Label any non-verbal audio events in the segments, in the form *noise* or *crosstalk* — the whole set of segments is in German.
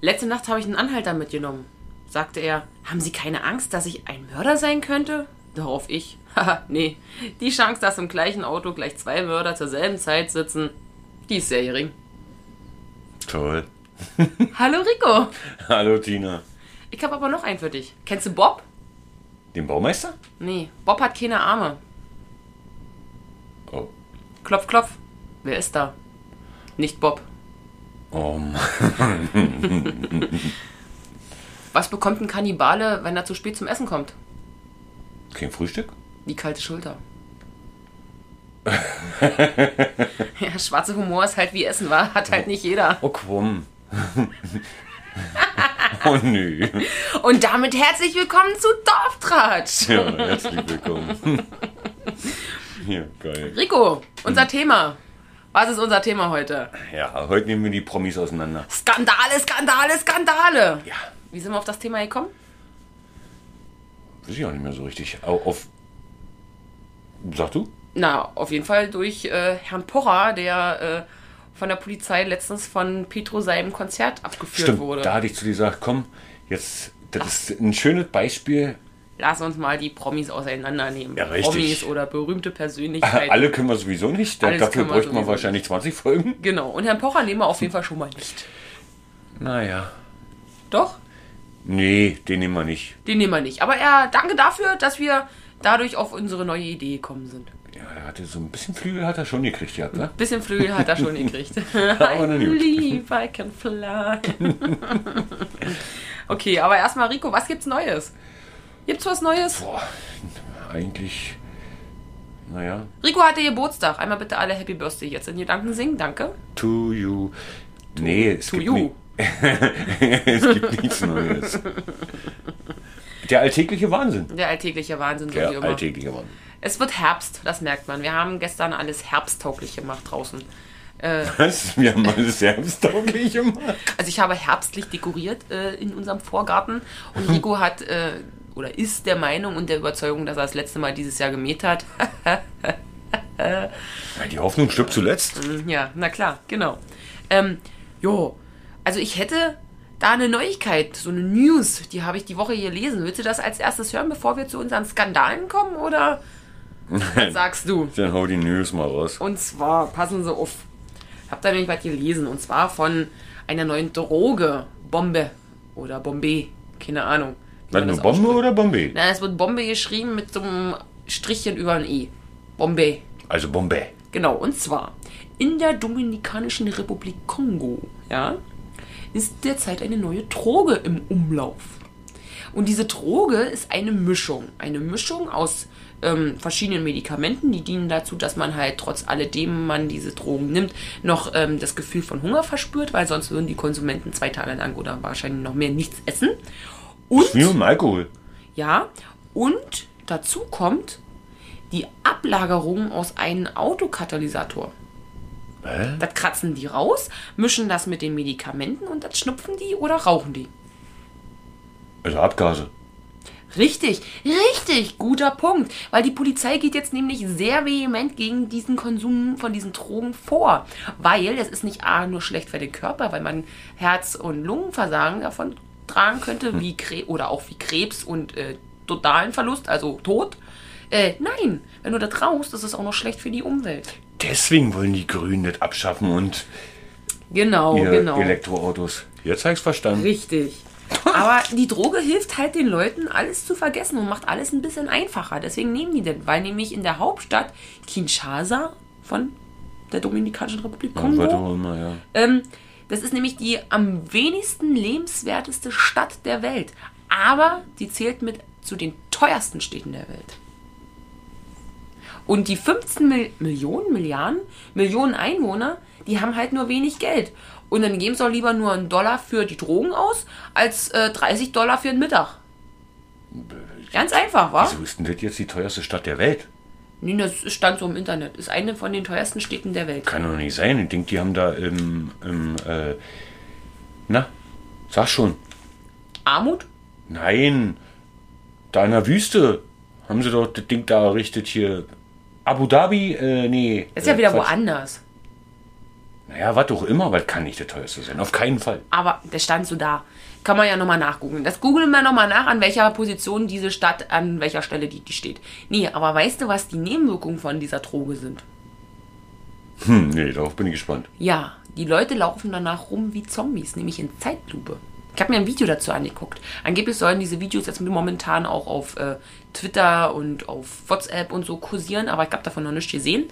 letzte Nacht habe ich einen Anhalter mitgenommen, sagte er. Haben Sie keine Angst, dass ich ein Mörder sein könnte? Darauf ich. *laughs* Haha, nee. Die Chance, dass im gleichen Auto gleich zwei Mörder zur selben Zeit sitzen, die ist sehr gering. Toll. Hallo Rico. *laughs* Hallo Tina. Ich habe aber noch einen für dich. Kennst du Bob? Den Baumeister? Nee, Bob hat keine Arme. Oh. Klopf, klopf. Wer ist da? Nicht Bob. Oh Mann. Was bekommt ein Kannibale, wenn er zu spät zum Essen kommt? Kein Frühstück? Die kalte Schulter. ja, schwarzer Humor ist halt wie Essen, war. Hat halt nicht jeder. Oh komm. *laughs* oh nö. Und damit herzlich willkommen zu Dorftratsch. Ja, herzlich *laughs* willkommen. Ja, geil. Rico, Mhm. unser Thema. Was ist unser Thema heute? Ja, heute nehmen wir die Promis auseinander. Skandale, Skandale, Skandale. Ja, Wie sind wir auf das Thema gekommen? weiß ich auch nicht mehr so richtig. Au- Auf. Sag du? Na, auf jeden Fall durch äh, Herrn Pocher, der äh, von der Polizei letztens von Petro seinem Konzert abgeführt Stimmt, wurde. da hatte ich zu dir gesagt, komm, jetzt, das ist ein schönes Beispiel. Lass uns mal die Promis auseinandernehmen. Ja, richtig. Promis oder berühmte Persönlichkeiten. *laughs* Alle können wir sowieso nicht, Alles dafür können wir bräuchten wir sowieso wahrscheinlich 20 Folgen. Genau. Und Herrn Pocher nehmen wir auf jeden Fall schon mal nicht. Naja. Doch? Nee, den nehmen wir nicht. Den nehmen wir nicht. Aber ja, danke dafür, dass wir dadurch auf unsere neue Idee gekommen sind. Ja, er hatte so ein bisschen Flügel hat er schon gekriegt gehabt, ne? Bisschen Flügel hat er schon gekriegt. Aber na I gut. believe I can fly. *laughs* okay, aber erstmal Rico, was gibt's Neues? Gibt's was Neues? Boah, eigentlich. Naja. Rico hatte Geburtstag. Einmal bitte alle Happy Birthday jetzt in Gedanken singen. Danke. To you. nee, es to gibt you. nie- *laughs* es gibt nichts Neues. Der alltägliche Wahnsinn. Der alltägliche Wahnsinn, so Der wie immer. alltägliche Wahnsinn. Es wird Herbst, das merkt man. Wir haben gestern alles herbsttauglich gemacht draußen. Was? Wir haben alles selbsttauglich gemacht. Also ich habe herbstlich dekoriert äh, in unserem Vorgarten und Rico hat äh, oder ist der Meinung und der Überzeugung, dass er das letzte Mal dieses Jahr gemäht hat. Ja, die Hoffnung stirbt zuletzt. ja, na klar, genau. Ähm, jo, also ich hätte da eine Neuigkeit, so eine News, die habe ich die Woche hier gelesen. Willst du das als erstes hören, bevor wir zu unseren Skandalen kommen oder sagst du? Dann hau die News mal raus. Und zwar, passen Sie auf, hab da nämlich was gelesen. Und zwar von einer neuen Droge, Bombe oder Bombay, keine Ahnung. wie Was, man eine das Bombe ausspricht. oder Bombay? Na, es wird Bombe geschrieben mit so einem Strichchen über ein E. I. Bombay. Also Bombay. Genau, und zwar in der Dominikanischen Republik Kongo, ja, ist derzeit eine neue Droge im Umlauf. Und diese Droge ist eine Mischung. Eine Mischung aus ähm, verschiedenen Medikamenten, die dienen dazu, dass man halt trotz alledem man diese Drogen nimmt, noch ähm, das Gefühl von Hunger verspürt, weil sonst würden die Konsumenten zwei Tage lang oder wahrscheinlich noch mehr nichts essen. Und Wie mit dem Alkohol. ja, und dazu kommt die Ablagerung aus einem Autokatalysator. Hä? Das kratzen die raus, mischen das mit den Medikamenten und das schnupfen die oder rauchen die. Also Abgase. Richtig, richtig, guter Punkt. Weil die Polizei geht jetzt nämlich sehr vehement gegen diesen Konsum von diesen Drogen vor. Weil es ist nicht A, nur schlecht für den Körper, weil man Herz- und Lungenversagen davon tragen könnte, wie Kre oder auch wie Krebs und äh, totalen Verlust, also Tod. Äh, nein, wenn du das rauchst, ist es auch noch schlecht für die Umwelt. Deswegen wollen die Grünen das abschaffen und Genau, ihr genau. Elektroautos. Jetzt habe ich verstanden. Richtig. Aber die Droge hilft halt den Leuten, alles zu vergessen und macht alles ein bisschen einfacher. Deswegen nehmen die das, weil nämlich in der Hauptstadt Kinshasa von der Dominikanischen Republik Ja, warte Kongo, mal, na ja. ähm, das ist nämlich die am wenigsten lebenswerteste Stadt der Welt. Aber die zählt mit zu den teuersten Städten der Welt. Und die 15 Mil Millionen, Milliarden, Millionen Einwohner, die haben halt nur wenig Geld. Und dann geben sie auch lieber nur einen Dollar für die Drogen aus, als äh, 30 Dollar für den Mittag. Ganz einfach, wa? Wieso ist denn das jetzt die teuerste Stadt der Welt? Nee, das stand so im Internet. Ist eine von den teuersten Städten der Welt. Kann doch nicht sein. Ich denke, die haben da im. im äh, na, sag schon. Armut? Nein, da in der Wüste haben sie doch das Ding da errichtet hier. Abu Dhabi, äh, nee. Das ist ja wieder Quatsch. woanders. Naja, was auch immer, aber das kann nicht der teuerste sein. Auf keinen Fall. Aber der stand so da. Kann man ja nochmal nachgoogeln. Das googeln wir nochmal nach, an welcher Position diese Stadt, an welcher Stelle die, die steht. Nee, aber weißt du, was die Nebenwirkungen von dieser Droge sind? Hm, nee, darauf bin ich gespannt. Ja, die Leute laufen danach rum wie Zombies, nämlich in Zeitlupe. Ich habe mir ein Video dazu angeguckt. Angeblich sollen diese Videos jetzt momentan auch auf äh, Twitter und auf WhatsApp und so kursieren, aber ich habe davon noch nichts gesehen.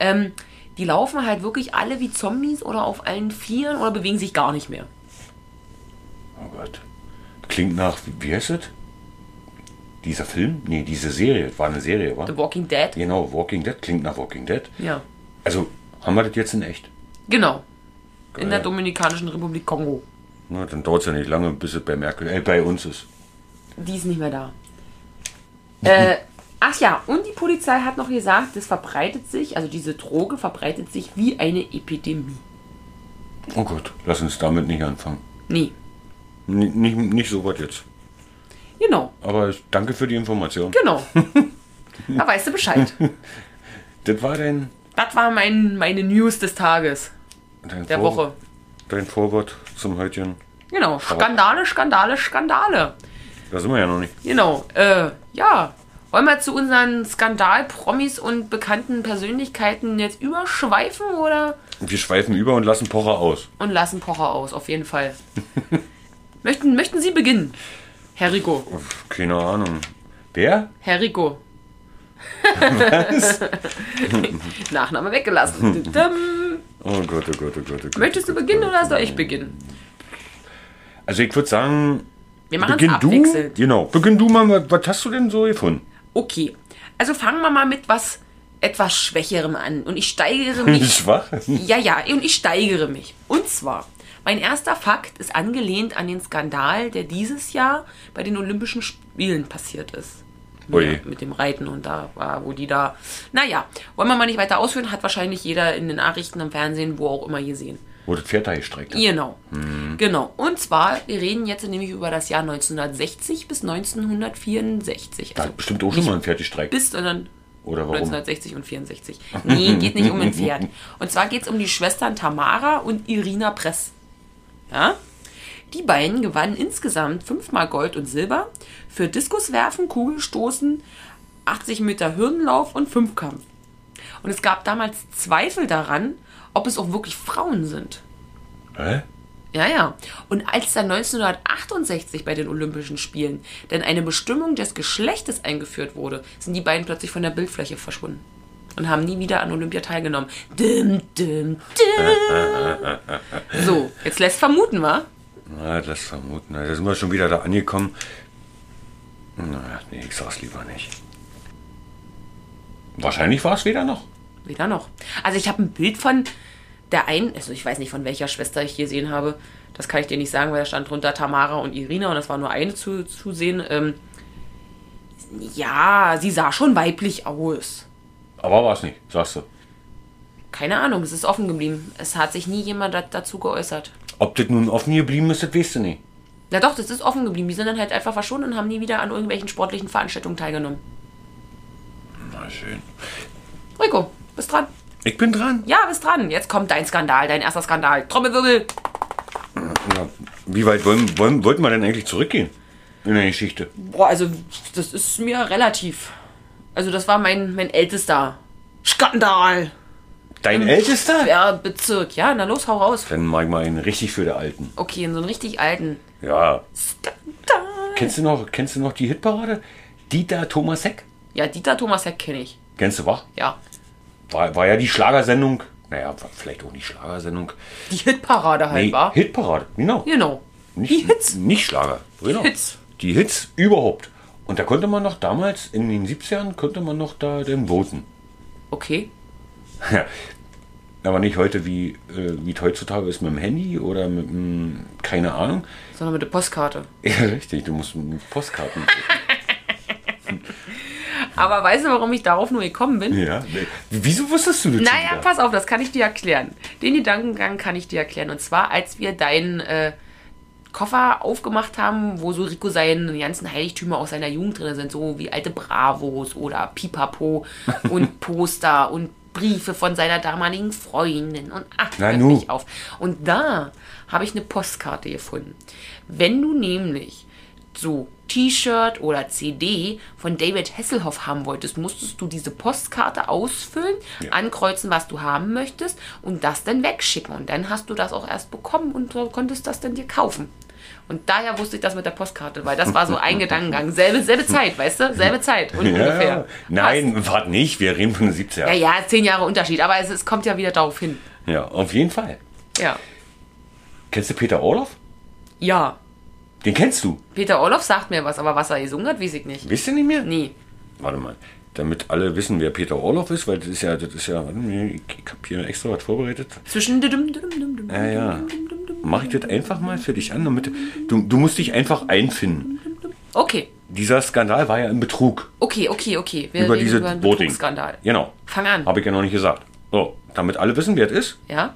Ähm, die laufen halt wirklich alle wie Zombies oder auf allen Vieren oder bewegen sich gar nicht mehr. Oh Gott. Klingt nach, wie- wie heißt es? Dieser Film? Nee, diese Serie. War eine Serie, war? The Walking Dead? Genau, Walking Dead klingt nach Walking Dead. Ja. Also, haben wir das jetzt in echt? Genau. In der Geil. Dominikanischen Republik Kongo. Na, dann dauert es ja nicht lange, bis es bei Merkel, äh, bei uns ist. Die ist nicht mehr da. Äh, ach ja, und die Polizei hat noch gesagt, das verbreitet sich, also diese Droge verbreitet sich wie eine Epidemie. Oh Gott, lass uns damit nicht anfangen. Nee, N nicht, nicht so was jetzt. genau, Aber ich danke für die Information. genau. da weißt du Bescheid. Das war dein, Das war mein, meine News des Tages, dein der Vor- Woche. Dein Vorwort zum heutigen. Genau, Skandale, Skandale, Skandale. Da sind wir ja noch nicht. Genau, äh, ja. Wollen wir zu unseren Skandal-Promis und bekannten Persönlichkeiten jetzt überschweifen oder? Wir schweifen über und lassen Pocher aus. und lassen Pocher aus, auf jeden Fall. *laughs* möchten, möchten Sie beginnen? Herr Rico. Pff, Keine Ahnung. Wer? Herr Rico. *laughs* Nachname weggelassen. Dum. Oh Gott, oh Gott, oh Gott, oh Gott. Möchtest du beginnen oder soll ich beginnen? Also ich würde sagen, Wir machen es beginn du. abwechselnd. Genau, beginn du mal. Was- Was hast du denn so gefunden? Okay. Also fangen wir mal mit was etwas Schwächerem an. Und ich steigere mich Schwach? *laughs* Ja, ja, und ich steigere mich. Und zwar, mein erster Fakt ist angelehnt an den Skandal, der dieses Jahr bei den Olympischen Spielen passiert ist. Ui. Mit dem Reiten und da war, wo die da. Naja, wollen wir mal nicht weiter ausführen, hat wahrscheinlich jeder in den Nachrichten, im Fernsehen, wo auch immer gesehen. Wurde Oh, das Pferd da gestreckt? Genau. Mhm. Genau. Und zwar, wir reden jetzt nämlich über das Jahr 1960 bis 1964. Da Also hat bestimmt auch schon mal ein Pferd gestreckt. bis, sondern Oder warum? 1960 und 64. *laughs* Nee, geht nicht um ein Pferd. Und zwar geht es um die Schwestern Tamara und Irina Press. Ja? Die beiden gewannen insgesamt fünfmal Gold und Silber für Diskuswerfen, Kugelstoßen, 80 Meter Hürdenlauf und Fünfkampf. Und es gab damals Zweifel daran, ob es auch wirklich Frauen sind. Hä? Ja, ja. Und als dann 1968 bei den Olympischen Spielen denn eine Bestimmung des Geschlechtes eingeführt wurde, sind die beiden plötzlich von der Bildfläche verschwunden und haben nie wieder an Olympia teilgenommen. Dim, dim, dim. So, jetzt lässt vermuten, wa? Na, das vermuten. Na, Da sind wir schon wieder da angekommen. Na, nee, ich sag's lieber nicht. Wahrscheinlich war es weder noch. Weder noch. Also ich habe ein Bild von der einen, also ich weiß nicht, von welcher Schwester ich hier gesehen habe. Das kann ich dir nicht sagen, weil da stand drunter Tamara und Irina und das war nur eine zu, zu sehen. Ähm, ja, sie sah schon weiblich aus. Aber war es nicht, sagst du. Keine Ahnung, es ist offen geblieben. Es hat sich nie jemand da, dazu geäußert. Ob das nun offen geblieben ist, das weißt du nicht. Na doch, das ist offen geblieben. Die sind dann halt einfach verschwunden und haben nie wieder an irgendwelchen sportlichen Veranstaltungen teilgenommen. Na schön. Rico, bist dran. Ich bin dran. Ja, bist dran. Jetzt kommt dein Skandal, dein erster Skandal. Trommelwirbel. Na, wie weit wollen, wollen, wollten wir denn eigentlich zurückgehen? In der Geschichte. Boah, also, das ist mir relativ. Also, das war mein, mein ältester Skandal. Dein Ältester? Ja, Bezirk. Ja, na los, hau raus. Dann mag ich mal einen richtig für der Alten. Okay, in so einen richtig alten Ja. Skandal. Kennst du noch, kennst du noch die Hitparade? Dieter Thomas Heck? Ja, Dieter Thomas Heck kenne ich. Kennst du, wach? Ja. War, war ja die Schlagersendung. Naja, war vielleicht auch nicht Schlagersendung. Die Hitparade halt, Nee, war. Hitparade, genau. Genau. die Hits. Nicht Schlager. Genau. Hits. Die Hits überhaupt. Und da konnte man noch damals, in den 70ern, konnte man noch da dann voten. Okay. Aber nicht heute, wie äh, wie es heutzutage ist mit dem Handy oder mit dem, keine Ahnung. *laughs* Sondern mit der Postkarte. Ja, richtig, du musst mit Postkarten. Aber weißt du, warum ich darauf nur gekommen bin? *laughs* ja. nee. Wieso wusstest du das? schon Naja, wieder? pass auf, das kann ich dir erklären. Den Gedankengang kann ich dir erklären. Und zwar, als wir deinen äh, Koffer aufgemacht haben, wo so Rico seine ganzen Heiligtümer aus *laughs* seiner Jugend drin sind, so wie alte Bravos oder Pipapo und Poster und Briefe von seiner damaligen Freundin und ach, Na hört nu. mich auf. Und da habe ich eine Postkarte gefunden. Wenn du nämlich so T-Shirt oder CD von David Hasselhoff haben wolltest, musstest du diese Postkarte ausfüllen, Ja. ankreuzen, was du haben möchtest und das dann wegschicken. Und dann hast du das auch erst bekommen und so konntest das dann dir kaufen. Und daher wusste ich das mit der Postkarte, weil das war so *laughs* ein Gedankengang. Selbe, selbe Zeit, weißt du? Selbe Zeit. Und Ja, ungefähr. ja. Nein, war nicht. Wir reden von den 70er. Ja, ja, zehn Jahre Unterschied, aber es, es kommt ja wieder darauf hin. Ja, auf jeden Fall. Ja. Kennst du Peter Orloff? Ja. Den kennst du. Peter Orloff sagt mir was, aber was er gesungen hat, weiß ich nicht. Wisst ihr nicht mehr? Nee. Warte mal. Damit alle wissen, wer Peter Orloff ist, weil das ist ja, das ist ja, warte mal, ich ich hab hier extra was vorbereitet. Zwischen. dum, dum, dum, dum, Ja, ja. Mach ich das einfach mal für dich an, damit du, du musst dich einfach einfinden. Okay, Dieser Skandal war ja ein Betrug okay, okay, okay. Wir über reden diese einen Voting. Betrugsskandal. Genau. Fang an. Habe ich ja noch nicht gesagt. So, damit alle wissen, wer es ist. Ja?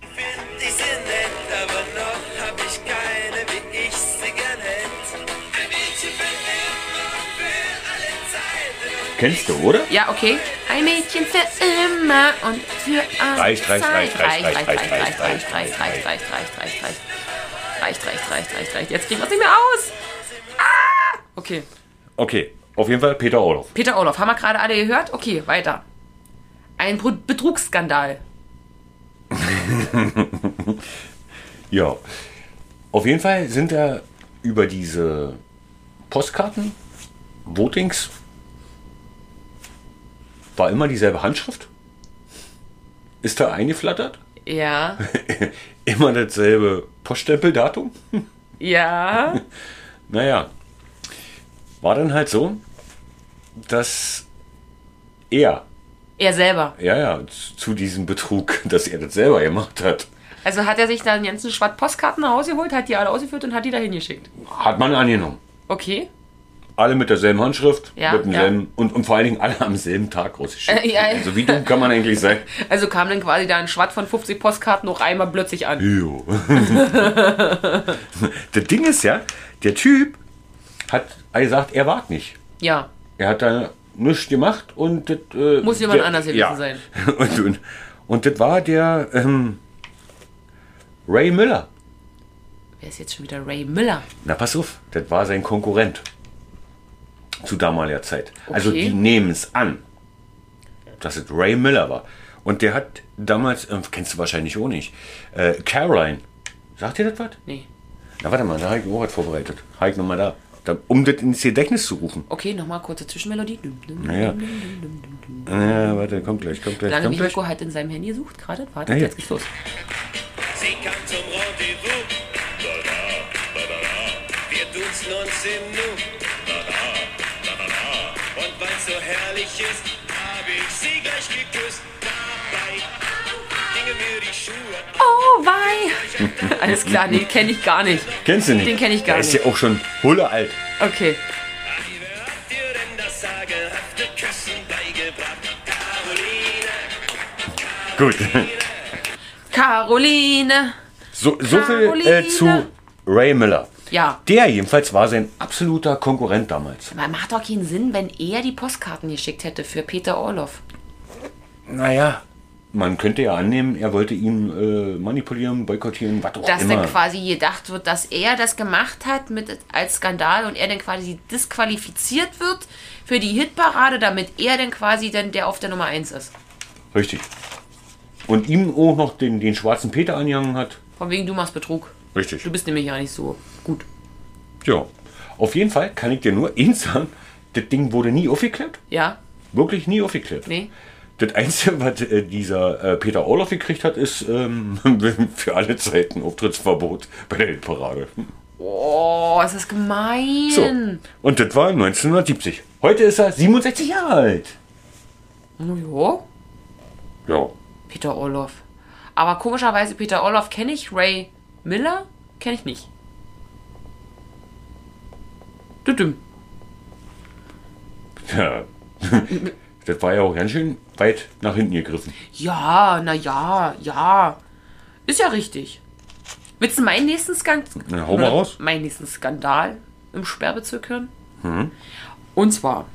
find, die sind nett, aber noch hab ich keine, wie ich sie gern hätt. Ein Mädchen für immer, für alle Zeiten. Kennst du, oder? Ja, okay. Ein Mädchen für immer und für alle Reicht, reicht, Zeit. reicht, reicht, reicht, reicht, reicht, reicht, reicht, reicht, reicht, reicht, reicht, reicht, reicht, reicht, reicht, reicht. Reicht, reicht, reicht, reicht, reicht. Jetzt kriegen wir es nicht mehr aus. Ah! Okay. Okay, auf jeden Fall Peter Orloff. Peter Orloff, haben wir gerade alle gehört? Okay, weiter. Ein Bru- Betrugsskandal. Ja. Auf jeden Fall sind da über diese Postkarten, Votings, war immer dieselbe Handschrift. Ist da eingeflattert? *laughs* Ja, Immer dasselbe Poststempeldatum? ja. Naja, war dann halt so, dass er, Er selber. ja, ja, zu diesem Betrug, *laughs* dass er das selber gemacht hat, Also hat er sich da einen ganzen Schwatt Postkarten nach Hause geholt, hat die alle ausgeführt und hat die da hingeschickt. hat man angenommen. Okay. alle mit derselben Handschrift, Ja, mit demselben ja. und, und vor allen Dingen alle am selben Tag rausgeschickt. Äh, ja, ja. Also wie dumm kann man eigentlich *laughs* sein? Also kam dann quasi da ein Schwatt von 50 Postkarten noch einmal plötzlich an. Jo. *laughs* das Ding ist ja, der Typ hat gesagt, er wart nicht. Ja. Er hat da nichts gemacht und das... Äh, Muss jemand anders gewesen ja. sein. *laughs* Und, und, und das war der ähm, Ray Miller. Wer ist jetzt schon wieder Ray Miller? Na pass auf, das war sein Konkurrent zu damaliger Zeit. Also Okay. die nehmen es an, dass es Ray Miller war. Und der hat damals, äh, kennst du wahrscheinlich auch nicht, äh, Caroline. Sagt dir das was? Nee. Na warte mal, da habe ich auch was vorbereitet. Habe ich nochmal da. da. Um das ins Gedächtnis zu rufen. Okay, nochmal kurze Zwischenmelodie. Dum, dum, Naja. dum, dum, dum, dum, dum. Ja, warte, kommt gleich, kommt gleich, Solange kommt gleich. Mirko halt in seinem Handy sucht, gerade, warte, Ja, ja. jetzt geht's los. Sie kam zum Rendezvous. Bada, bada, da. Wir duzen uns im Nu. Bada, bada, da. Und weil's so herrlich ist, hab ich sie gleich geküsst. Dabei gingen mir die Schuhe ab. Oh, *laughs* wei! Alles klar, nee, kenne ich gar nicht. Kennst du nicht? Den kenn ich gar Der ist ja auch schon hulle alt. Okay. Wie wer hat dir denn das sagenhafte Küssen beigebracht? Caroline, Gut. *laughs* Caroline! So, so viel Caroline. äh, zu Ray Miller. Ja. Der jedenfalls war sein absoluter Konkurrent damals. Aber macht doch keinen Sinn, wenn er die Postkarten geschickt hätte für Peter Orloff. Naja. Man könnte ja annehmen, er wollte ihn äh, manipulieren, boykottieren, was auch Dass immer. dann quasi gedacht wird, dass er das gemacht hat mit, als Skandal und er dann quasi disqualifiziert wird für die Hitparade, damit er dann quasi dann der auf der Nummer 1 ist. Richtig. Und ihm auch noch den, den schwarzen Peter angehangen hat. Von wegen, du machst Betrug. Richtig. Du bist nämlich ja nicht so gut. Ja. Auf jeden Fall kann ich dir nur *laughs* eins sagen, das Ding wurde nie aufgeklärt. Ja? Wirklich nie aufgeklärt. Nee? Das Einzige, was äh, dieser äh, Peter Orloff gekriegt hat, ist ähm, *laughs* für alle Zeiten Auftrittsverbot bei der Hitparade. Oh, ist das gemein. So. Und das war 1970. Heute ist er 67 Jahre alt. Na ja, Ja. Peter Orloff. Aber komischerweise, Peter Orloff kenne ich, Ray Miller kenne ich nicht. Düdüm. *laughs* Ja. Das war ja auch ganz schön weit nach hinten gegriffen. Ja, na ja, ja. Ist ja richtig. Willst du meinen nächsten Skandal? Na, hau mal raus. Meinen nächsten Skandal im Sperrbezirk hören? Hm. Und zwar,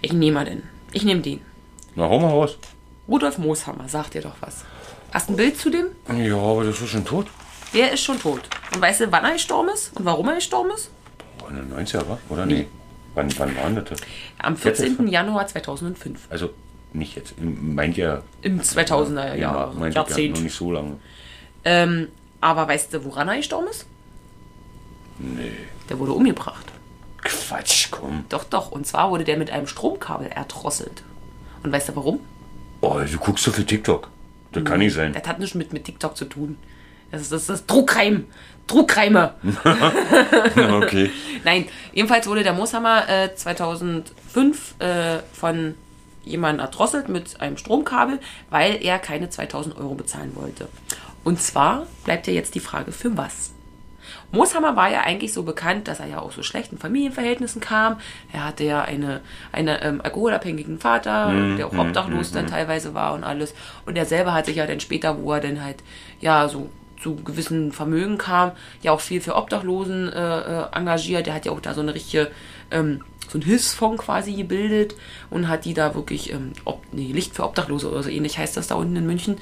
welchen nehmen wir denn? Ich nehme den. Na, hau mal raus. Rudolf Mooshammer, sagt dir doch was. Hast ein Bild zu dem? Ja, aber das ist schon tot. Der ist schon tot. Und weißt du, wann er gestorben ist und warum er gestorben ist? Boah, Oh, in den 90er, wa? oder? Nee. Wann, wann waren das? denn? Am 14. Januar 2005. Also, nicht jetzt. Meint ja. Im 2000er Jahr. meint ihr, die hatten noch Jahrzehnt. nicht so lange. Ähm, aber weißt du, woran er gestorben ist? Nee. Der wurde umgebracht. Quatsch, komm. Doch, doch. Und zwar wurde der mit einem Stromkabel erdrosselt. Und weißt du warum? Oh, du guckst so viel TikTok. Das kann *laughs* nicht sein. Das hat nichts mit, mit TikTok zu tun. Das ist das, ist das Druckreim. Druckreime. okay. Nein, jedenfalls wurde der Mooshammer äh, 2005 äh, von jemandem erdrosselt mit einem Stromkabel, weil er keine 2000 Euro bezahlen wollte. Und zwar bleibt ja jetzt die Frage, für was? Mooshammer war ja eigentlich so bekannt, dass er ja aus so schlechten Familienverhältnissen kam. Er hatte ja eine, einen ähm, alkoholabhängigen Vater, der auch obdachlos dann teilweise war und alles. Und er selber hat sich ja dann später, wo er dann halt ja so zu gewissen Vermögen kam, ja auch viel für Obdachlosen äh, äh, engagiert. Er hat ja auch da so eine richtige, ähm, so einen Hilfsfonds quasi gebildet und hat die da wirklich, ähm, ob, nee, Licht für Obdachlose oder so ähnlich heißt das da unten in München.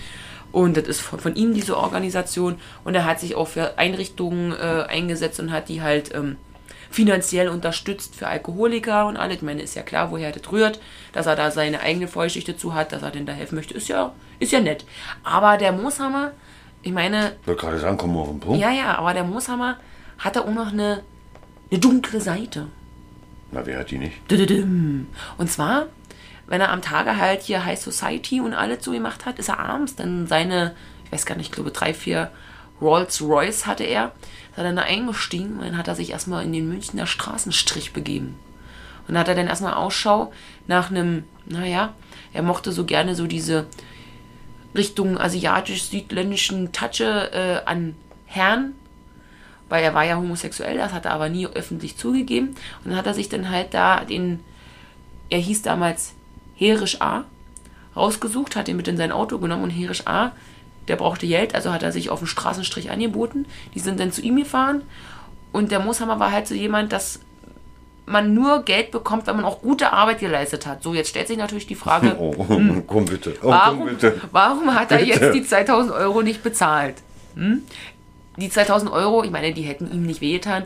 Und das ist von, von ihm diese Organisation. Und er hat sich auch für Einrichtungen äh, eingesetzt und hat die halt ähm, finanziell unterstützt für Alkoholiker und alles. Ich meine, ist ja klar, woher das rührt, dass er da seine eigene Vollschicht zu hat, dass er denn da helfen möchte, ist ja, ist ja nett. Aber der Mooshammer, ich meine, Ich wollte gerade sagen, kommen wir auf den Punkt. ja, ja, aber der Mooshammer hat da auch noch eine, eine dunkle Seite. Na, wer hat die nicht? Düdüdüm. Und zwar, wenn er am Tage halt hier High Society und alles so gemacht hat, ist er abends dann seine, ich weiß gar nicht, ich glaube drei, vier Rolls Royce hatte er, ist er dann da eingestiegen und dann hat er sich erstmal in den Münchner Straßenstrich begeben. Und hat er dann erstmal Ausschau nach einem, naja, er mochte so gerne so diese Richtung asiatisch-südländischen Touche äh, an Herren weil er war ja homosexuell, das hat er aber nie öffentlich zugegeben. Und dann hat er sich dann halt da den, er hieß damals Herisch A, rausgesucht, hat ihn mit in sein Auto genommen und Herisch A, der brauchte Geld, also hat er sich auf den Straßenstrich angeboten. Die sind dann zu ihm gefahren und der Mooshammer war halt so jemand, dass man nur Geld bekommt, wenn man auch gute Arbeit geleistet hat. So, jetzt stellt sich natürlich die *laughs* Frage, Oh, komm bitte. Oh, Hm. komm Warum, bitte. warum hat er Bitte. jetzt die 2000 Euro nicht bezahlt? Hm? Die 2000 Euro, ich meine, die hätten ihm nicht wehgetan,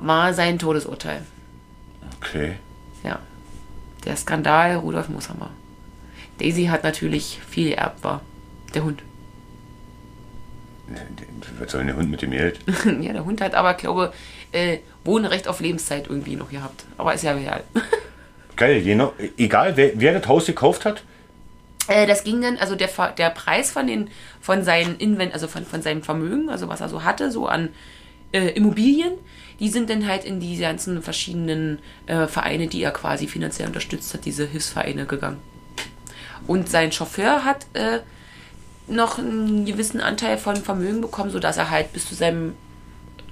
war sein Todesurteil. Okay. Ja. Der Skandal Rudolf Moshammer. Daisy hat natürlich viel geerbt, war der Hund. *laughs* Ne, Was soll denn der Hund mit dem Geld? ja, der Hund hat aber, glaube äh, Wohnrecht auf Lebenszeit irgendwie noch gehabt. Aber ist ja real. Geil, je nach- egal wer, wer das Haus gekauft hat, Äh, das ging dann, also der, Ver- der Preis von den, von seinen Invent, also von, von seinem Vermögen, also was er so hatte, so an äh, Immobilien, die sind dann halt in die ganzen verschiedenen äh, Vereine, die er quasi finanziell unterstützt hat, diese Hilfsvereine gegangen. Und sein Chauffeur hat äh, noch einen gewissen Anteil von Vermögen bekommen, sodass er halt bis zu seinem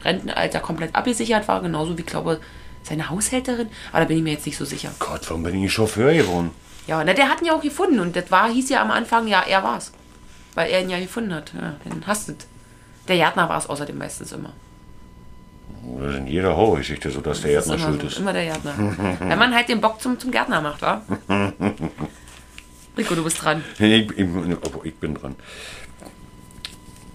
Rentenalter komplett abgesichert war, genauso wie, glaube seine Haushälterin, aber da bin ich mir jetzt nicht so sicher. Gott, warum bin ich Chauffeur geworden? Ja, na, der hat ihn ja auch gefunden und das war, hieß ja am Anfang, ja, er war's. Weil er ihn ja gefunden hat. Ja, dann hast du Der Gärtner war es außerdem meistens immer. Oder in jeder Horrorgeschichte so, dass der Das Erdner ist immer, schuld so, ist. immer der Gärtner. Wenn man halt den Bock zum, zum Gärtner macht, wa? Rico, du bist dran. Ich, ich, aber ich bin dran.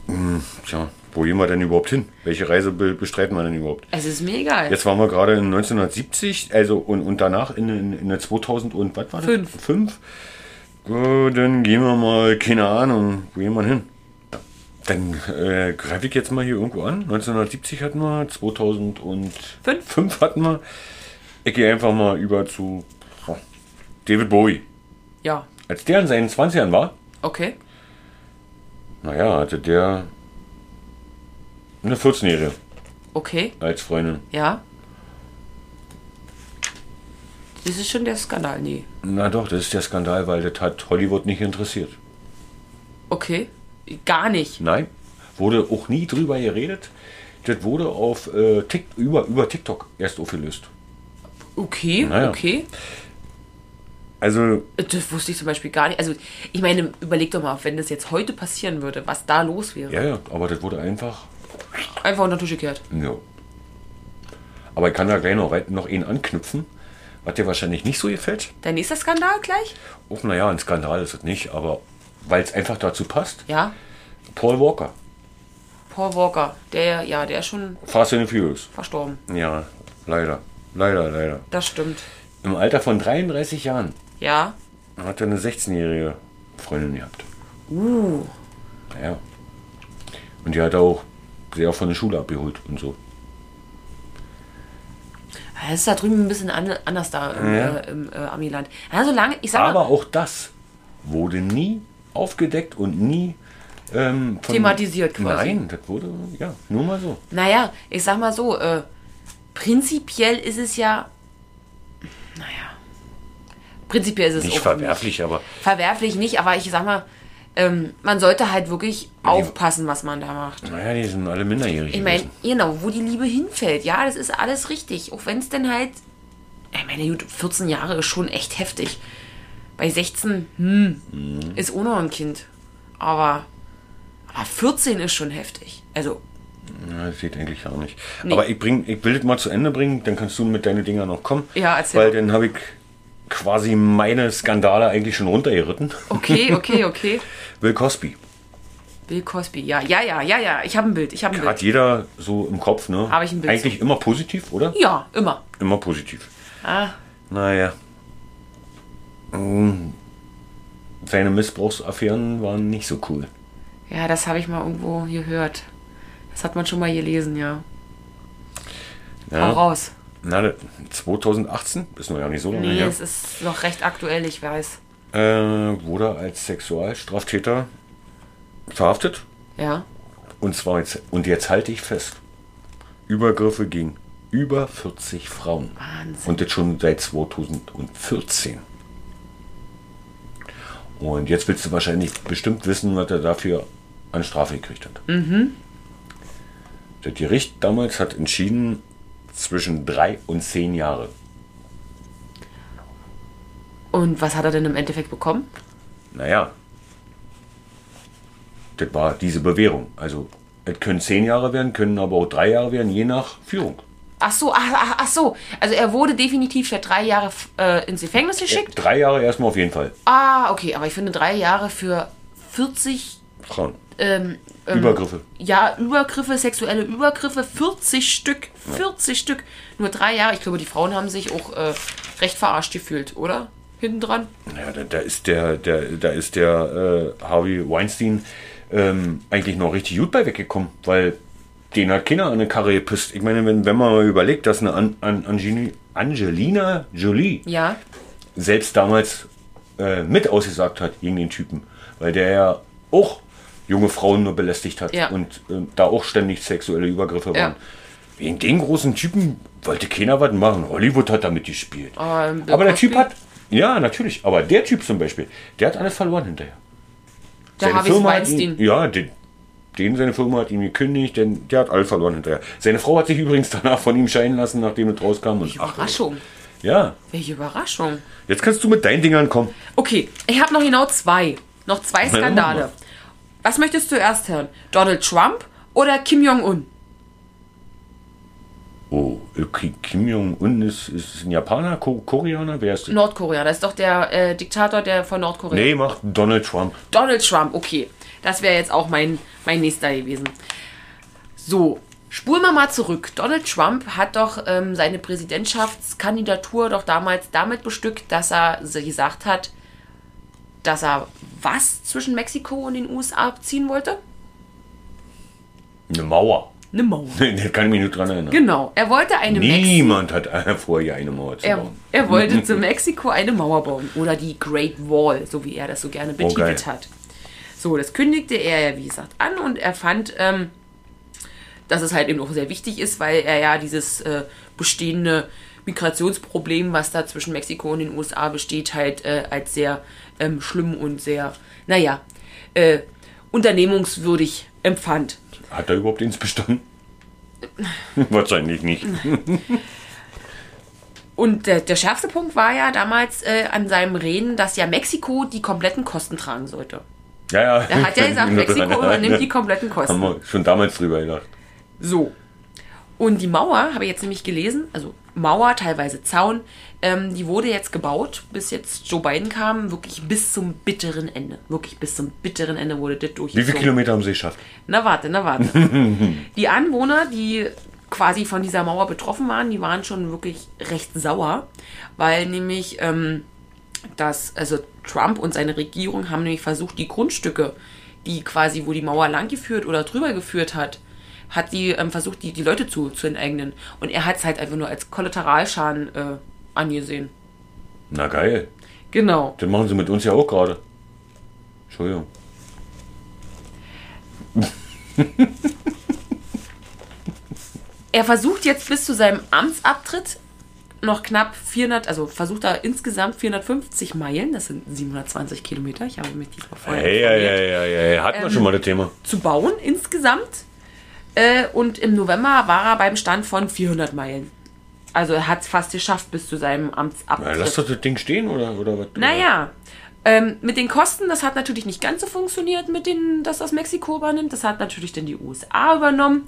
Hm, tja, wo gehen wir denn überhaupt hin? Welche Reise be bestreiten wir denn überhaupt? Es ist mir egal. Jetzt waren wir gerade in 1970, also und, und danach in, in, in der 2000 und was war das? Fünf. Fünf. Äh, dann gehen wir mal, keine Ahnung, wo gehen wir hin? Dann äh, greife ich jetzt mal hier irgendwo an. 1970 hatten wir, 2005 Fünf. hatten wir. Ich gehe einfach mal über zu oh, David Bowie. Ja, Als der in seinen 20ern war, okay. naja, hatte der eine 14-Jährige Okay, als Freundin. ja. Das ist schon der Skandal, nee. Na doch, das ist der Skandal, weil das hat Hollywood nicht interessiert. Okay. Gar nicht. Nein, wurde auch nie drüber geredet. Das wurde auf äh, Tik über, über TikTok erst aufgelöst. Okay, Naja. okay. Also, Das wusste ich zum Beispiel gar nicht. Also, ich meine, überleg doch mal, wenn das jetzt heute passieren würde, was da los wäre. ja, ja, aber das wurde einfach. Einfach unter den Tisch gekehrt. Ja. Aber ich kann da gleich noch, weit- noch einen anknüpfen, Was dir wahrscheinlich nicht so gefällt. Der nächste Skandal gleich? Oh, naja, ein Skandal ist es nicht, aber weil es einfach dazu passt. Ja. Paul Walker, Paul Walker, der, ja, der ist schon Fast and Furious. verstorben. Ja, leider. Leider, leider. Das stimmt. Im Alter von 33 Jahren Ja. hat er eine 16-jährige Freundin gehabt. Uh. Ja. Und die hat er auch sehr von der Schule abgeholt und so. Das ist da drüben ein bisschen an, anders da im, Ja. äh, im äh, Amiland. Ja, solange, ich sag mal, Aber auch das wurde nie aufgedeckt und nie ähm, von- Thematisiert quasi. Nein, das wurde, ja, nur mal so. naja, ich sag mal so, äh, prinzipiell ist es ja, naja, prinzipiell ist es Nicht auch verwerflich, aber verwerflich nicht, aber ich sag mal, ähm, man sollte halt wirklich aufpassen, was man da macht. naja, die sind alle minderjährig. Ich meine, gewesen. genau, wo die Liebe hinfällt, ja, das ist alles richtig. Auch wenn es denn halt, ich meine, gut, 14 Jahre ist schon echt heftig. Bei 16, hm, Mhm. ist auch noch ein Kind. Aber, aber 14 ist schon heftig. Also, Ja, das geht eigentlich gar nicht. Aber ich, bring, ich will das mal zu Ende bringen, dann kannst du mit deinen Dinger noch kommen. Ja, erzähl Weil mal. dann habe ich quasi meine Skandale eigentlich schon runtergeritten. *laughs* okay, okay, okay. Will Cosby. Bill Cosby, ja, ja, ja, ja, ja, ich habe ein Bild, ich habe ein Hat Bild. jeder so im Kopf, ne? Hab ich ein Bild Eigentlich immer positiv, oder? Ja, immer. Immer positiv. Ah, Naja. Mm. Seine Missbrauchsaffären waren nicht so cool. ja, das habe ich mal irgendwo gehört. Das hat man schon mal gelesen, ja. Hau Ja. raus. Na, das- 2018, ist noch ja nicht so lange Nee, her, es ist noch recht aktuell, ich weiß. äh, wurde er als Sexualstraftäter verhaftet. Ja. Und zwar jetzt, und jetzt halte ich fest, Übergriffe gegen über 40 Frauen. Wahnsinn. Und jetzt schon seit 2014. Und jetzt willst du wahrscheinlich bestimmt wissen, was er dafür an Strafe gekriegt hat. Das Gericht damals hat entschieden zwischen drei und zehn Jahre. Und was hat er denn im Endeffekt bekommen? Naja, das war diese Bewährung. Also, es können zehn Jahre werden, können aber auch drei Jahre werden, je nach Führung. Ach so, ach, ach, ach so. Also er wurde definitiv für drei Jahre f- äh, ins Gefängnis geschickt. Drei Jahre erstmal auf jeden Fall. Ah, okay, aber ich finde drei Jahre für 40 Frauen. ähm, ähm, Übergriffe. Ja, Übergriffe, sexuelle Übergriffe, 40 Stück, 40 Stück. Nur drei Jahre. Ich glaube, die Frauen haben sich auch äh, recht verarscht gefühlt, oder? Hinten dran. Ja, da, da ist der, der, da ist der äh, Harvey Weinstein ähm, eigentlich noch richtig gut bei weggekommen, weil den hat keiner an eine Karre gepisst. Ich meine, wenn, wenn man mal überlegt, dass eine an, an, Angini- Angelina Jolie Ja. selbst damals äh, mit ausgesagt hat gegen den Typen, weil der ja auch junge Frauen nur belästigt hat Ja. und äh, da auch ständig sexuelle Übergriffe Ja. waren. Wegen den großen Typen wollte keiner was machen. Hollywood hat damit gespielt. Aber im Oh, ähm, Bill Aber der Cosby- Typ hat, ja, natürlich, aber der Typ zum Beispiel, der hat alles verloren hinterher. Der Seine Harvey Firma hat ihn, Weinstein. ja, den, den seine Firma hat ihn gekündigt, denn der hat alles verloren hinterher. Seine Frau hat sich übrigens *laughs* danach von ihm scheiden lassen, nachdem es rauskam. Und, ach, Überraschung. ja, Welche Überraschung. jetzt kannst du mit deinen Dingern kommen. Okay, ich habe noch genau zwei. Noch zwei dann Skandale. machen Was möchtest du erst hören? Donald Trump oder Kim Jong-un? Oh, okay, Kim Jong-un ist, ist ein Japaner, Ko Koreaner, wer ist das? Nordkorea, das ist doch der äh, Diktator der von Nordkorea. Nee, macht Donald Trump. Donald Trump, okay. Das wäre jetzt auch mein, mein nächster gewesen. So, spulen wir mal zurück. Donald Trump hat doch ähm, seine Präsidentschaftskandidatur doch damals damit bestückt, dass er so gesagt hat, dass er was zwischen Mexiko und den USA ziehen wollte? Eine Mauer. *laughs* Eine Mauer. da kann ich mich nur dran erinnern. Genau, er wollte eine Mexiko. Niemand hat äh, vorher eine Mauer zu Er, bauen. er wollte zu Mexiko eine Mauer bauen oder die Great Wall, so wie er das so gerne betitelt geil. hat. So, das kündigte er ja, wie gesagt, an und er fand, ähm, dass es halt eben auch sehr wichtig ist, weil er ja dieses äh, bestehende Migrationsproblem, was da zwischen Mexiko und den USA besteht, halt äh, als sehr ähm, schlimm und sehr, naja, äh, unternehmungswürdig empfand. Hat er überhaupt ins bestanden? *laughs* *laughs* Wahrscheinlich nicht. Und der, der schärfste Punkt war ja damals äh, an seinem Reden, dass ja Mexiko die kompletten Kosten tragen sollte. Ja, ja. Er hat ja *laughs* gesagt, Mexiko übernimmt die kompletten Haben Kosten. wir schon damals drüber gedacht. So. Und die Mauer, habe ich jetzt nämlich gelesen, also Mauer, teilweise Zaun, ähm, die wurde jetzt gebaut, bis jetzt Joe Biden kam, wirklich bis zum bitteren Ende. Wirklich bis zum bitteren Ende wurde das Wie durchgezogen. viele Kilometer haben sie geschafft? Na warte, na warte. die Anwohner, die quasi von dieser Mauer betroffen waren, die waren schon wirklich recht sauer, weil nämlich ähm, das, also Trump und seine Regierung haben nämlich versucht, die Grundstücke, die quasi, wo die Mauer lang geführt oder drüber geführt hat, hat die ähm, versucht, die, die Leute zu, zu enteignen. Und er hat es halt einfach nur als Kollateralschaden äh, angesehen. Na geil. Genau. Das machen sie mit uns ja auch gerade. Entschuldigung. Er versucht jetzt bis zu seinem Amtsabtritt noch knapp 400, also versucht er insgesamt 450 Meilen, das sind 720 Kilometer, ich habe mich diesmal vorher Hey, hey, informiert, hey, hey, hey. Hatten wir schon Ähm, mal das Thema. zu bauen insgesamt. Äh, und im November war er beim Stand von 400 Meilen. Also er hat es fast geschafft bis zu seinem Na, lass Amtsabtritt. doch das Ding stehen oder, oder was? naja, ähm, mit den Kosten, das hat natürlich nicht ganz so funktioniert, mit denen, dass das Mexiko übernimmt. Das hat natürlich dann die USA übernommen.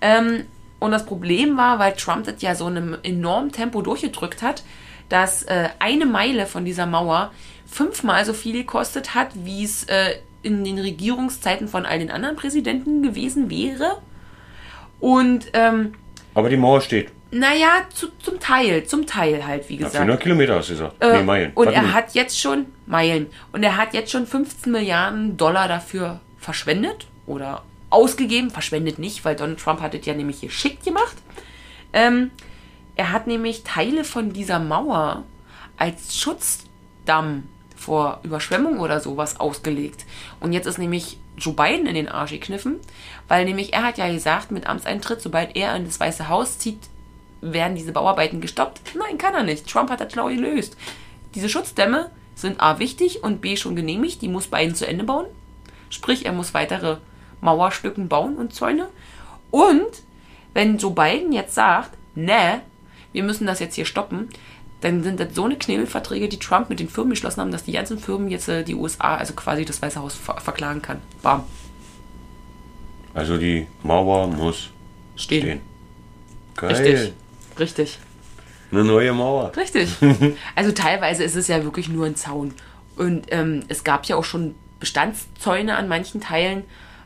Ähm, und das Problem war, weil Trump das ja so in einem enormen Tempo durchgedrückt hat, dass äh, eine Meile von dieser Mauer fünfmal so viel gekostet hat, wie es äh, in den Regierungszeiten von all den anderen Präsidenten gewesen wäre. Und ähm, Aber die Mauer steht. naja, zu, zum Teil, zum Teil halt, wie Na, gesagt. 400 Kilometer hast du gesagt. Äh, nee, Meilen. Und Warte er mal. hat jetzt schon Meilen. Und er hat jetzt schon 15 Milliarden Dollar dafür verschwendet oder ausgegeben. Verschwendet nicht, weil Donald Trump hat es ja nämlich geschickt gemacht. Ähm, er hat nämlich Teile von dieser Mauer als Schutzdamm vor Überschwemmung oder sowas ausgelegt. Und jetzt ist nämlich Joe Biden in den Arsch gekniffen, weil nämlich er hat ja gesagt, mit Amtseintritt, sobald er in das Weiße Haus zieht, werden diese Bauarbeiten gestoppt? Nein, kann er nicht. Trump hat das schlau gelöst. Diese Schutzdämme sind A wichtig und B schon genehmigt. Die muss Biden zu Ende bauen. Sprich, er muss weitere Mauerstücken bauen und Zäune. Und wenn Joe Biden jetzt sagt, ne, wir müssen das jetzt hier stoppen, dann sind das so eine Knebelverträge, die Trump mit den Firmen geschlossen haben, dass die ganzen Firmen jetzt äh, die USA, also quasi das Weiße Haus, ver verklagen kann. Bam. Also die Mauer muss Stehen. stehen. Geil. Richtig. Richtig. Eine neue Mauer. Richtig. Also teilweise ist es ja wirklich nur ein Zaun. Und ähm, es gab ja auch schon Bestandszäune an manchen Teilen,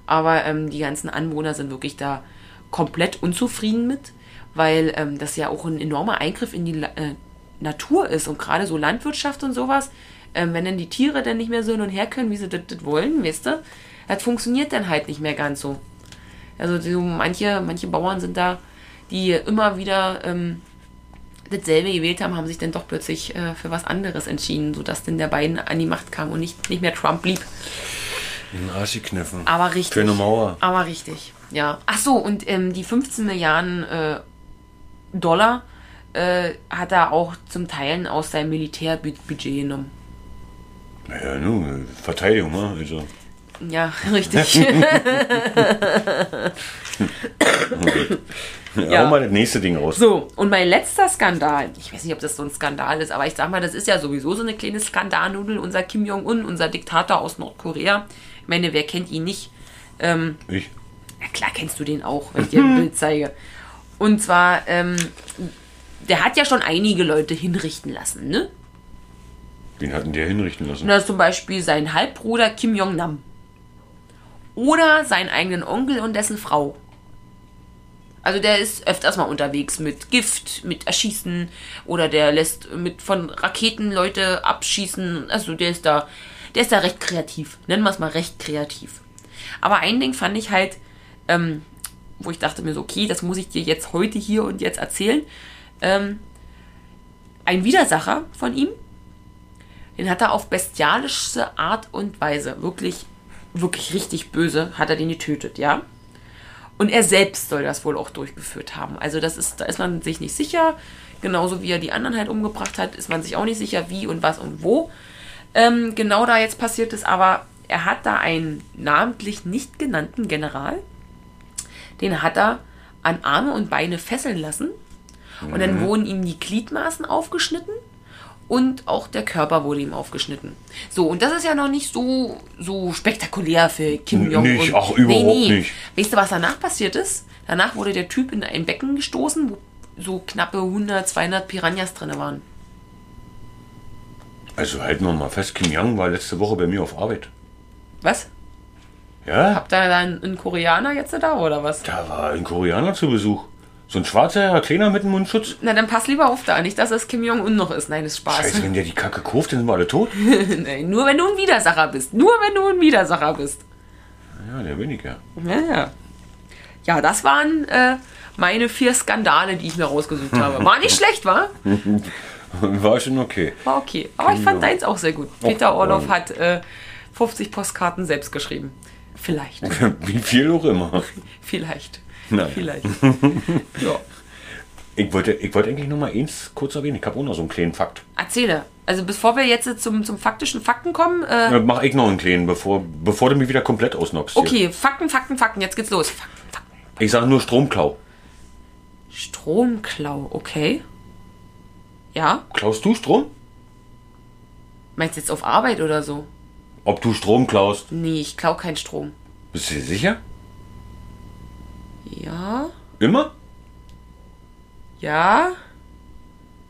aber ähm, die ganzen Anwohner sind wirklich da komplett unzufrieden mit, weil ähm, das ja auch ein enormer Eingriff in die La äh, Natur ist und gerade so Landwirtschaft und sowas, ähm, wenn dann die Tiere dann nicht mehr so hin und her können, wie sie das das wollen, weißt du, das funktioniert dann halt nicht mehr ganz so. Also so manche, manche Bauern sind da, die immer wieder ähm, dasselbe gewählt haben, haben sich dann doch plötzlich äh, für was anderes entschieden, sodass dann der Biden an die Macht kam und nicht, nicht mehr Trump blieb. Ein Arschkniffen. Aber richtig. Für eine Mauer. Aber richtig, ja. Ach so, und ähm, die 15 Milliarden äh, Dollar äh, hat er auch zum Teil aus seinem Militärbudget genommen. Ja, øh, nun, Verteidigung, ne? Also. Ja, *laughs* richtig. Ja. Hau mal das nächste Ding raus. So, und mein letzter Skandal, ich weiß nicht, ob das so ein Skandal ist, aber ich sag mal, das ist ja sowieso so eine kleine Skandalnudel, unser Kim Jong-un, unser Diktator aus Nordkorea. Ich meine, wer kennt ihn nicht? Ähm, Ich. na klar kennst du den auch, wenn ich dir ein Bild zeige. Und zwar, ähm, der hat ja schon einige Leute hinrichten lassen, ne? Wen hatten der hinrichten lassen? Na, zum Beispiel seinen Halbbruder Kim Jong-nam. Oder seinen eigenen Onkel und dessen Frau. Also der ist öfters mal unterwegs mit Gift, mit Erschießen oder der lässt mit von Raketen Leute abschießen. Also der ist da, der ist da recht kreativ. Nennen wir es mal recht kreativ. Aber ein Ding fand ich halt, ähm, wo ich dachte mir so, okay, das muss ich dir jetzt heute hier und jetzt erzählen. Ähm, ein Widersacher von ihm, den hat er auf bestialische Art und Weise, wirklich, wirklich richtig böse, hat er den getötet, ja. Und er selbst soll das wohl auch durchgeführt haben. Also das ist, da ist man sich nicht sicher. Genauso wie er die anderen halt umgebracht hat, ist man sich auch nicht sicher, wie und was und wo ähm, genau da jetzt passiert ist. Aber er hat da einen namentlich nicht genannten General, den hat er an Arme und Beine fesseln lassen. Und dann Mhm. wurden ihm die Gliedmaßen aufgeschnitten und auch der Körper wurde ihm aufgeschnitten. So, und das ist ja noch nicht so, so spektakulär für Kim N- Jong-un. nicht, ach, überhaupt nicht. Weißt du, was danach passiert ist? Danach wurde der Typ in ein Becken gestoßen, wo so knappe 100, 200 Piranhas drin waren. Also halten wir mal fest, Kim Young war letzte Woche bei mir auf Arbeit. Was? Ja, Habt ihr dann einen Koreaner jetzt da oder was? da war ein Koreaner zu Besuch. So ein schwarzer Kleiner mit einem Mundschutz. Na, dann pass lieber auf da. Nicht, dass es Kim Jong-un noch ist. Nein, ist Spaß. Scheiße, wenn der die Kacke kauft, dann sind wir alle tot. *laughs* Nein, nur wenn du ein Widersacher bist. Nur wenn du ein Widersacher bist. Ja, der *laughs* weniger. Ja, ja. Ja, das waren äh, meine vier Skandale, die ich mir rausgesucht habe. War *laughs* nicht schlecht, war? War schon okay. *laughs* War okay. Aber ich fand deins auch sehr gut. Peter Och, Orloff ähm. hat äh, 50 Postkarten selbst geschrieben. Vielleicht. Oh. Wie viel auch immer. Vielleicht. Nein. *laughs* Vielleicht. ja. Ich wollte, ich wollte eigentlich noch mal eins kurz erwähnen. Ich habe auch noch so einen kleinen Fakt. Erzähle. Also bevor wir jetzt zum, zum faktischen Fakten kommen, äh, Äh, Mach ich noch einen kleinen, bevor, bevor du mich wieder komplett ausnockst. hier. okay, Fakten, Fakten, Fakten, jetzt geht's los. Fakten, Fakten. Ich sage nur Stromklau. Stromklau, okay. Ja, Klaust du Strom? meinst du jetzt auf Arbeit oder so? Ob du Strom klaust? Nee, ich klau keinen Strom. Bist du dir sicher? Ja, Immer? ja,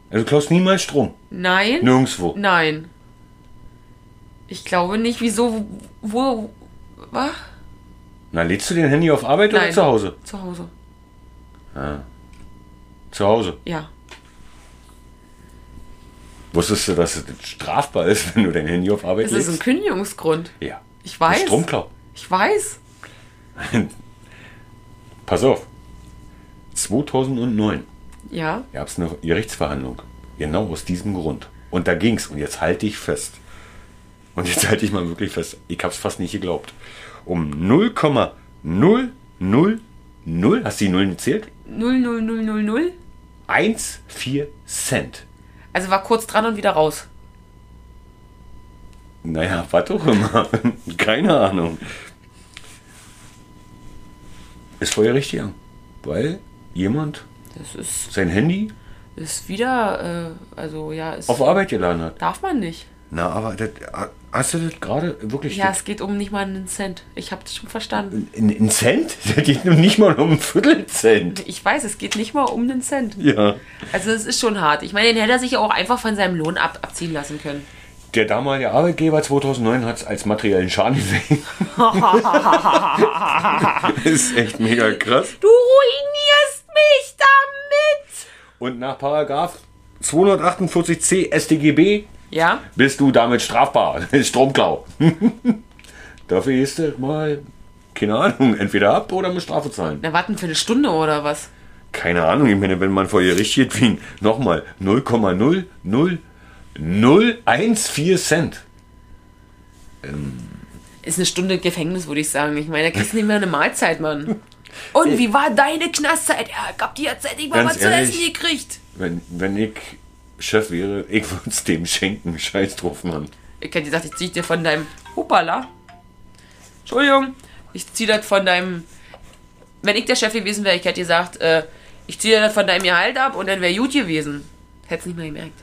Also du klaust niemals Strom. nein. Nirgendwo. Nein. Ich glaube nicht. Wieso? Wo? Was? Na, lädst du den Handy auf Arbeit oder Nein. zu Hause? Zu Hause. Zu Hause. Ja. Wusstest du, dass es strafbar ist, *laughs* wenn du dein Handy auf Arbeit Es lädst? ist ein Kündigungsgrund. ja. Ich weiß. Stromklau. *laughs* Ich weiß. Pass auf. 2009 Ja. gab es eine Gerichtsverhandlung. Genau aus diesem Grund. Und da ging's. Und jetzt halte ich fest. Und jetzt halte ich mal wirklich fest. Ich hab's fast nicht geglaubt. Um 0,000, hast du die Nullen gezählt? 00000. 1,4 Cent. Also war kurz dran und wieder raus. Naja, was auch immer. *laughs* Keine Ahnung. Ist vorher richtig, ja. Weil jemand Das ist, sein Handy ist wieder, äh, also ja, ist, auf Arbeit geladen hat. darf man nicht. Na, aber das, hast du das gerade wirklich? Ja, es geht um nicht mal einen Cent. Ich habe das schon verstanden. Ein, ein Cent? *laughs* Das geht nun nicht mal um einen Viertelcent. Ich weiß, es geht nicht mal um einen Cent. Ja. Also es ist schon hart. Ich meine, den hätte er sich ja auch einfach von seinem Lohn ab, abziehen lassen können. Der damalige Arbeitgeber 2009 hat es als materiellen Schaden *laughs* gesehen. ist echt mega krass. Du ruinierst mich damit! Und nach Paragraph 248c StGB Ja? bist du damit strafbar. *laughs* Stromklau. Dafür ist das mal, keine Ahnung, entweder ab oder musst Strafe zahlen. Na, warten für eine Stunde oder was? Keine Ahnung, ich meine, wenn man vor ihr richtig geht, wie nochmal 0,00014 Cent. Ist eine Stunde Gefängnis, würde ich sagen. Ich meine, da kriegst du nicht mehr eine Mahlzeit, Mann. Und wie war deine Knastzeit? Ja, ich hab die jetzt endlich mal Ganz was zu essen ehrlich? gekriegt. Wenn, wenn ich Chef wäre, ich würde es dem schenken. *laughs* Scheiß drauf, Mann. Ich hätte gesagt, ich zieh dir von deinem... Hupala. Entschuldigung. Ich zieh das von deinem... Wenn ich der Chef gewesen wäre, ich hätte gesagt, äh, ich zieh dir das von deinem Gehalt ab und dann wäre gut gewesen. Hätt's nicht mehr gemerkt.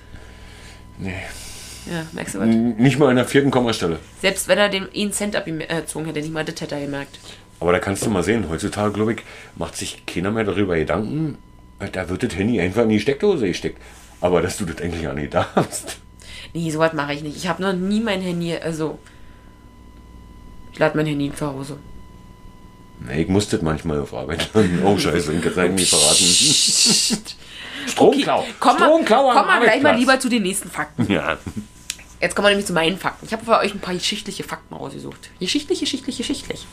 Nee. Ja, merkst du was? Nicht mal an der vierten Kommastelle. Selbst wenn er den 1 Cent abgezogen hätte, nicht mal das hätte er gemerkt. Aber da kannst du mal sehen, heutzutage, glaube ich, macht sich keiner mehr darüber Gedanken. äh, Da wird das Handy einfach in die Steckdose gesteckt. Aber dass du das eigentlich auch nicht darfst. Nee, sowas mache ich nicht. Ich habe noch nie mein Handy, also. Ich lade mein Handy zu Hause. Nee, ich muss das manchmal auf Arbeit. *laughs* Oh, scheiße, ich kann es eigentlich verraten. Stromklau. komm mal, Stromklau am komm mal gleich mal Arbeitsplatz. lieber zu den nächsten Fakten. *laughs* Ja. Jetzt kommen wir nämlich zu meinen Fakten. Ich habe für euch ein paar geschichtliche Fakten rausgesucht. Geschichtlich, geschichtlich, geschichtlich.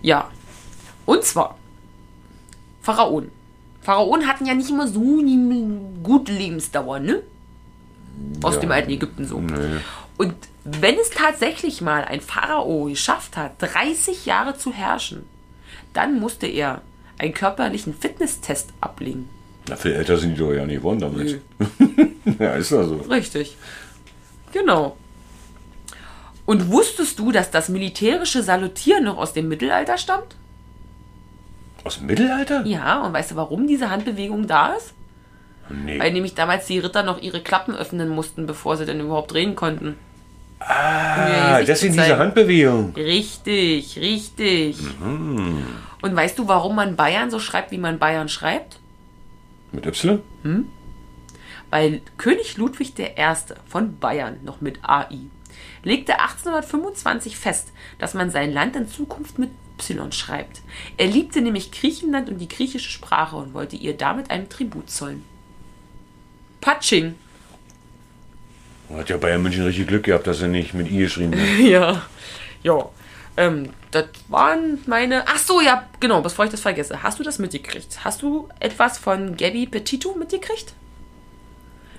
Ja. Und zwar Pharaonen. Pharaonen hatten ja nicht immer so eine gute Lebensdauer, ne? Aus Ja. dem alten Ägypten so. Nee. Und wenn es tatsächlich mal ein Pharao geschafft hat, 30 Jahre zu herrschen, dann musste er einen körperlichen Fitnesstest ablegen. Na, viel älter sind die doch ja nicht geworden damals. *laughs* ja, ist ja so. Richtig. Genau. Und wusstest du, dass das militärische Salutieren noch aus dem Mittelalter stammt? Aus dem Mittelalter? Ja, und weißt du, warum diese Handbewegung da ist? Nee. Weil nämlich damals die Ritter noch ihre Klappen öffnen mussten, bevor sie denn überhaupt reden konnten. Um ihr ah, Gesicht deswegen zu zeigen. diese Handbewegung. Richtig, richtig. Und weißt du, warum man Bayern so schreibt, wie man Bayern schreibt? Mit Y? weil König Ludwig I. von Bayern, noch mit AI, legte 1825 fest, dass man sein Land in Zukunft mit Y schreibt. Er liebte nämlich Griechenland und die griechische Sprache und wollte ihr damit einen Tribut zollen. Patsching. Hat ja Bayern München richtig Glück gehabt, dass er nicht mit I geschrieben *laughs* hat. Ja. Ja. Ähm, das waren meine. Ach so, ja, genau, bevor ich das vergesse. Hast du das mitgekriegt? Hast du etwas von Gabby Petito mitgekriegt?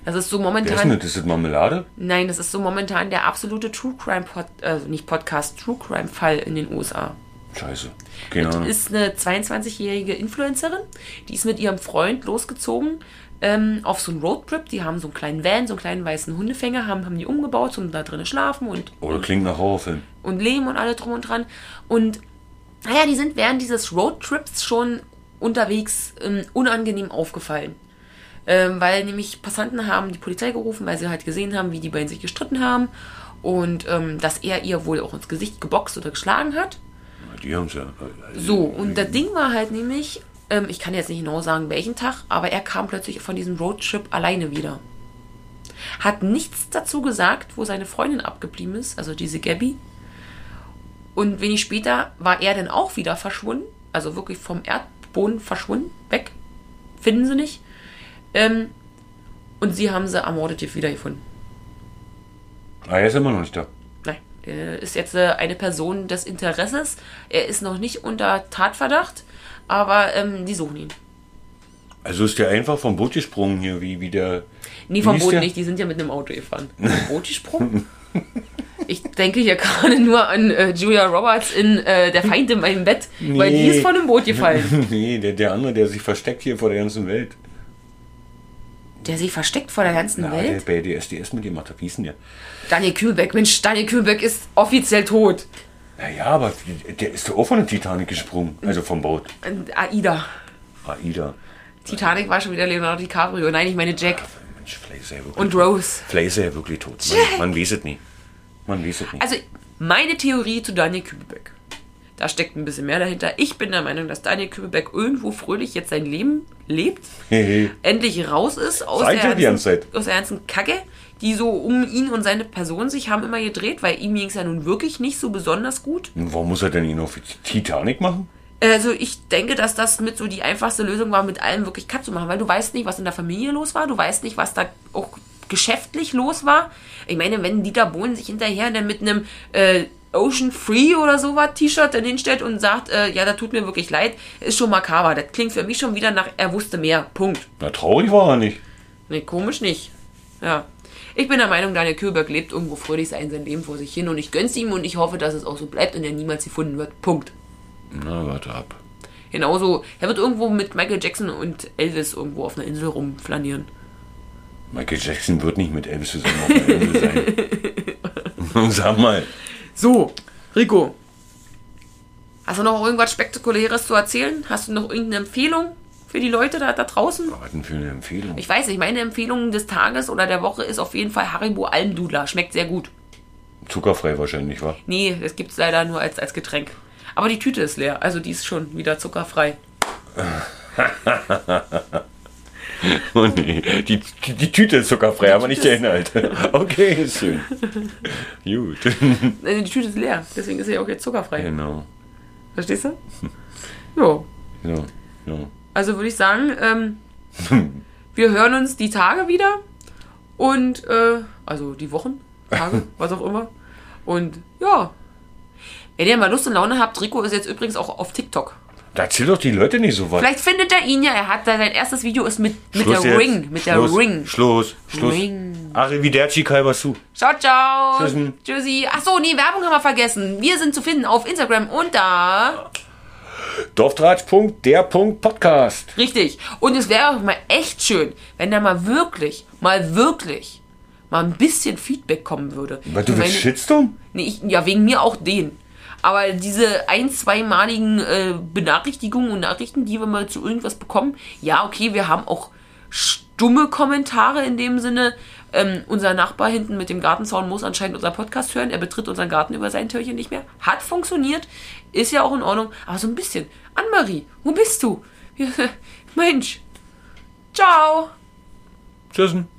Das ist so Wer ist denn momentan. das? Ist das Marmelade? Nein, das ist so momentan der absolute True Crime Pod, also nicht Podcast, True Crime Fall in den USA. Scheiße. Keine Ahnung. Ist eine 22-jährige Influencerin, die ist mit ihrem Freund losgezogen ähm, auf so einen Roadtrip. Die haben so einen kleinen Van, so einen kleinen weißen Hundefänger, haben, haben die umgebaut, um da drinnen schlafen und Oder klingt nach Horrorfilm. und Lehm und alle drum und dran. Und naja, die sind während dieses Roadtrips schon unterwegs ähm, unangenehm aufgefallen. Ähm, weil nämlich Passanten haben die Polizei gerufen, weil sie halt gesehen haben, wie die beiden sich gestritten haben und ähm, dass er ihr wohl auch ins Gesicht geboxt oder geschlagen hat. Na, Die haben's ja. So, und das Ding war halt nämlich, ähm, ich kann jetzt nicht genau sagen, welchen Tag, aber er kam plötzlich von diesem Roadtrip alleine wieder. Hat nichts dazu gesagt, wo seine Freundin abgeblieben ist, also diese Gabby. Und wenig später war er dann auch wieder verschwunden, also wirklich vom Erdboden verschwunden, weg. Finden sie nicht. Ähm, und sie haben sie ermordet wiedergefunden. Ah, er ist immer noch nicht da. Nein, er ist jetzt äh, eine Person des Interesses. Er ist noch nicht unter Tatverdacht, aber ähm, die suchen ihn. Also ist der einfach vom Boot gesprungen hier, wie, wie der. Nee, vom Wie hieß Boot der? nicht, die sind ja mit einem Auto *laughs* gefahren. Vom Boot gesprungen? Ich denke hier *laughs* gerade nur an äh, Julia Roberts in äh, Der Feind in meinem Bett, weil die Nee. ist von einem Boot *laughs* gefallen. *laughs* nee, der, der andere, der sich versteckt hier vor der ganzen Welt. Der sich versteckt vor der ganzen Na, Welt. der bei DSDS mit dem hat. Wie hieß denn der? Daniel Kühlbeck, Mensch, Daniel Kühlbeck ist offiziell tot. Naja, aber der ist doch auch von der Titanic gesprungen. Also vom Boot. Und Aida. Aida. Titanic war schon wieder Leonardo DiCaprio. Nein, ich meine Jack Mensch, vielleicht ist er ja wirklich und Rose. Vielleicht ist er ja wirklich tot. Man, man weiß es nie. Man weiß es nie. Also, meine Theorie zu Daniel Kübelbeck. Da steckt ein bisschen mehr dahinter. Ich bin der Meinung, dass Daniel Kübelbeck irgendwo fröhlich jetzt sein Leben *laughs* lebt. endlich raus ist aus der, Sag ich ja die ganzen, ganze Zeit. aus der ganzen Kacke, die so um ihn und seine Person sich haben immer gedreht, weil ihm ging es ja nun wirklich nicht so besonders gut. Und Hm, Warum muss er denn ihn auf die Titanic machen? Also ich denke, dass das mit so die einfachste Lösung war, mit allem wirklich Cut zu machen, weil du weißt nicht, was in der Familie los war, du weißt nicht, was da auch geschäftlich los war. Ich meine, wenn Dieter Bohlen sich hinterher dann mit einem äh, Ocean Free oder sowas T-Shirt dann hinstellt und sagt, äh, ja, da tut mir wirklich leid, ist schon makaber. Das klingt für mich schon wieder nach, er wusste mehr. Punkt. Na, traurig war er nicht. Nee, komisch nicht. Ja. Ich bin der Meinung, Daniel Kühlberg lebt irgendwo fröhlich sein, sein Leben vor sich hin und ich gönn's ihm und ich hoffe, dass es auch so bleibt und er niemals gefunden wird. Punkt. Na, warte ab. Genauso, er wird irgendwo mit Michael Jackson und Elvis irgendwo auf einer Insel rumflanieren. Michael Jackson wird nicht mit Elvis zusammen auf der Insel sein. *laughs* Sag mal. So, Rico. Hast du noch irgendwas Spektakuläres zu erzählen? Hast du noch irgendeine Empfehlung für die Leute da, da draußen? Was denn für eine Empfehlung? Ich weiß nicht, meine Empfehlung des Tages oder der Woche ist auf jeden Fall Haribo Almdudler. Schmeckt sehr gut. Zuckerfrei wahrscheinlich, wa? Nee, das gibt's leider nur als, als Getränk. Aber die Tüte ist leer, also die ist schon wieder zuckerfrei. *laughs* Oh nee, die, die, die Tüte ist zuckerfrei, aber nicht der Inhalt. *laughs* Okay, ist schön. Gut. Äh, Die Tüte ist leer, deswegen ist sie auch jetzt zuckerfrei. *laughs* Genau. Verstehst du? *laughs* Jo. Ja, ja. Also würde ich sagen, ähm, *laughs* wir hören uns die Tage wieder und äh, also die Wochen, *laughs* Tage, was auch immer. Und ja. Wenn ihr mal Lust und Laune habt, Rico ist jetzt übrigens auch auf TikTok. Da erzählt doch die Leute nicht so was. Vielleicht findet er ihn ja. Er hat da- sein erstes Video ist mit, mit der Schluss jetzt. Ring. Mit der Schluss, Ring. Schluss, Schluss. Ring. Arrivederci, Kalbasu. Ciao, ciao. Tschüssen. Tschüssi. Achso, nee, Werbung haben wir vergessen. Wir sind zu finden auf Instagram unter. Dorftratsch.der.podcast. Richtig. Und es wäre auch mal echt schön, wenn da mal wirklich, mal wirklich, mal ein bisschen Feedback kommen würde. Weil du Ich willst meine- Shitstorm? Nee, ich, ja, wegen mir auch den. Aber diese ein-, zweimaligen äh, Benachrichtigungen und Nachrichten, die wir mal zu irgendwas bekommen, ja, okay, wir haben auch stumme Kommentare in dem Sinne. Ähm, unser Nachbar hinten mit dem Gartenzaun muss anscheinend unser Podcast hören. Er betritt unseren Garten über sein Türchen nicht mehr. Hat funktioniert, ist ja auch in Ordnung. Aber so ein bisschen. Annemarie, wo bist du? *laughs* Mensch. Ciao! Tschüssen.